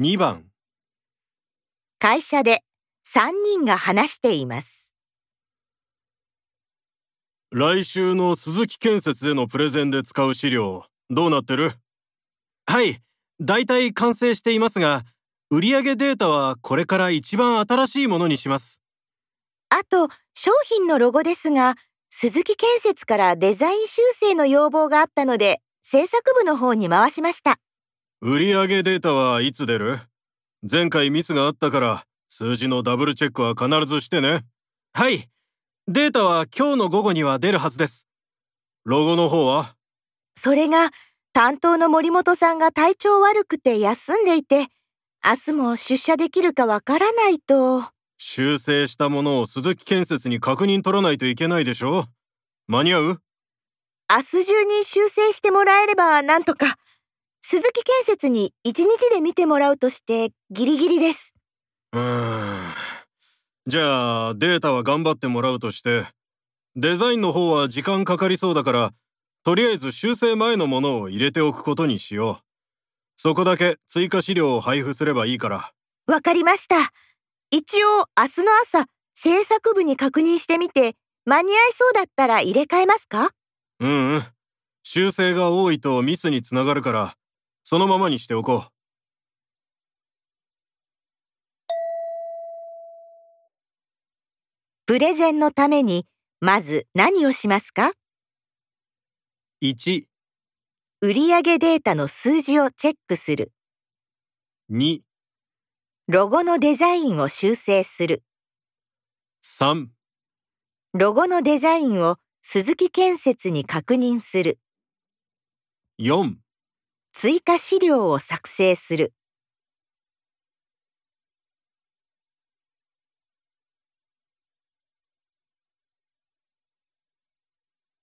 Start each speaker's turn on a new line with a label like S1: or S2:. S1: 2番
S2: 会社で3人が話しています。
S1: 来週の鈴木建設でのプレゼンで使う資料どうなってるはい大体完成していますが売上データはこれから一番新しいものにします
S2: あと、商品のロゴですが、鈴木建設からデザイン修正の要望があったので、制作部の方に回しました。
S1: 売上データはいつ出る前回ミスがあったから数字のダブルチェックは必ずしてねはいデータは今日の午後には出るはずですロゴの方は
S2: それが、担当の森本さんが体調悪くて休んでいて、明日も出社できるかわからないと。
S1: 修正したものを鈴木建設に確認取らないといけないでしょ間に合う
S2: 明日中に修正してもらえればなんとか。鈴木建設に1日で見てもらうとしてギリギリです。
S1: うーんじゃあデータは頑張ってもらうとしてデザインの方は時間かかりそうだからとりあえず修正前のものを入れておくことにしようそこだけ追加資料を配布すればいいから
S2: わかりました。一応明日の朝、制作部に確認してみて、間に合いそうだったら入れ替えますか
S1: うんうん修正が多いとミスにつながるからそのままにしておこう
S2: プレゼンのために、まず何をしますか
S1: 1、
S2: 売上データの数字をチェックする。
S1: 2、
S2: ロゴのデザインを修正する。
S1: 3
S2: ロゴのデザインを鈴木建設に確認する。
S1: 4
S2: 追加資料を作成する。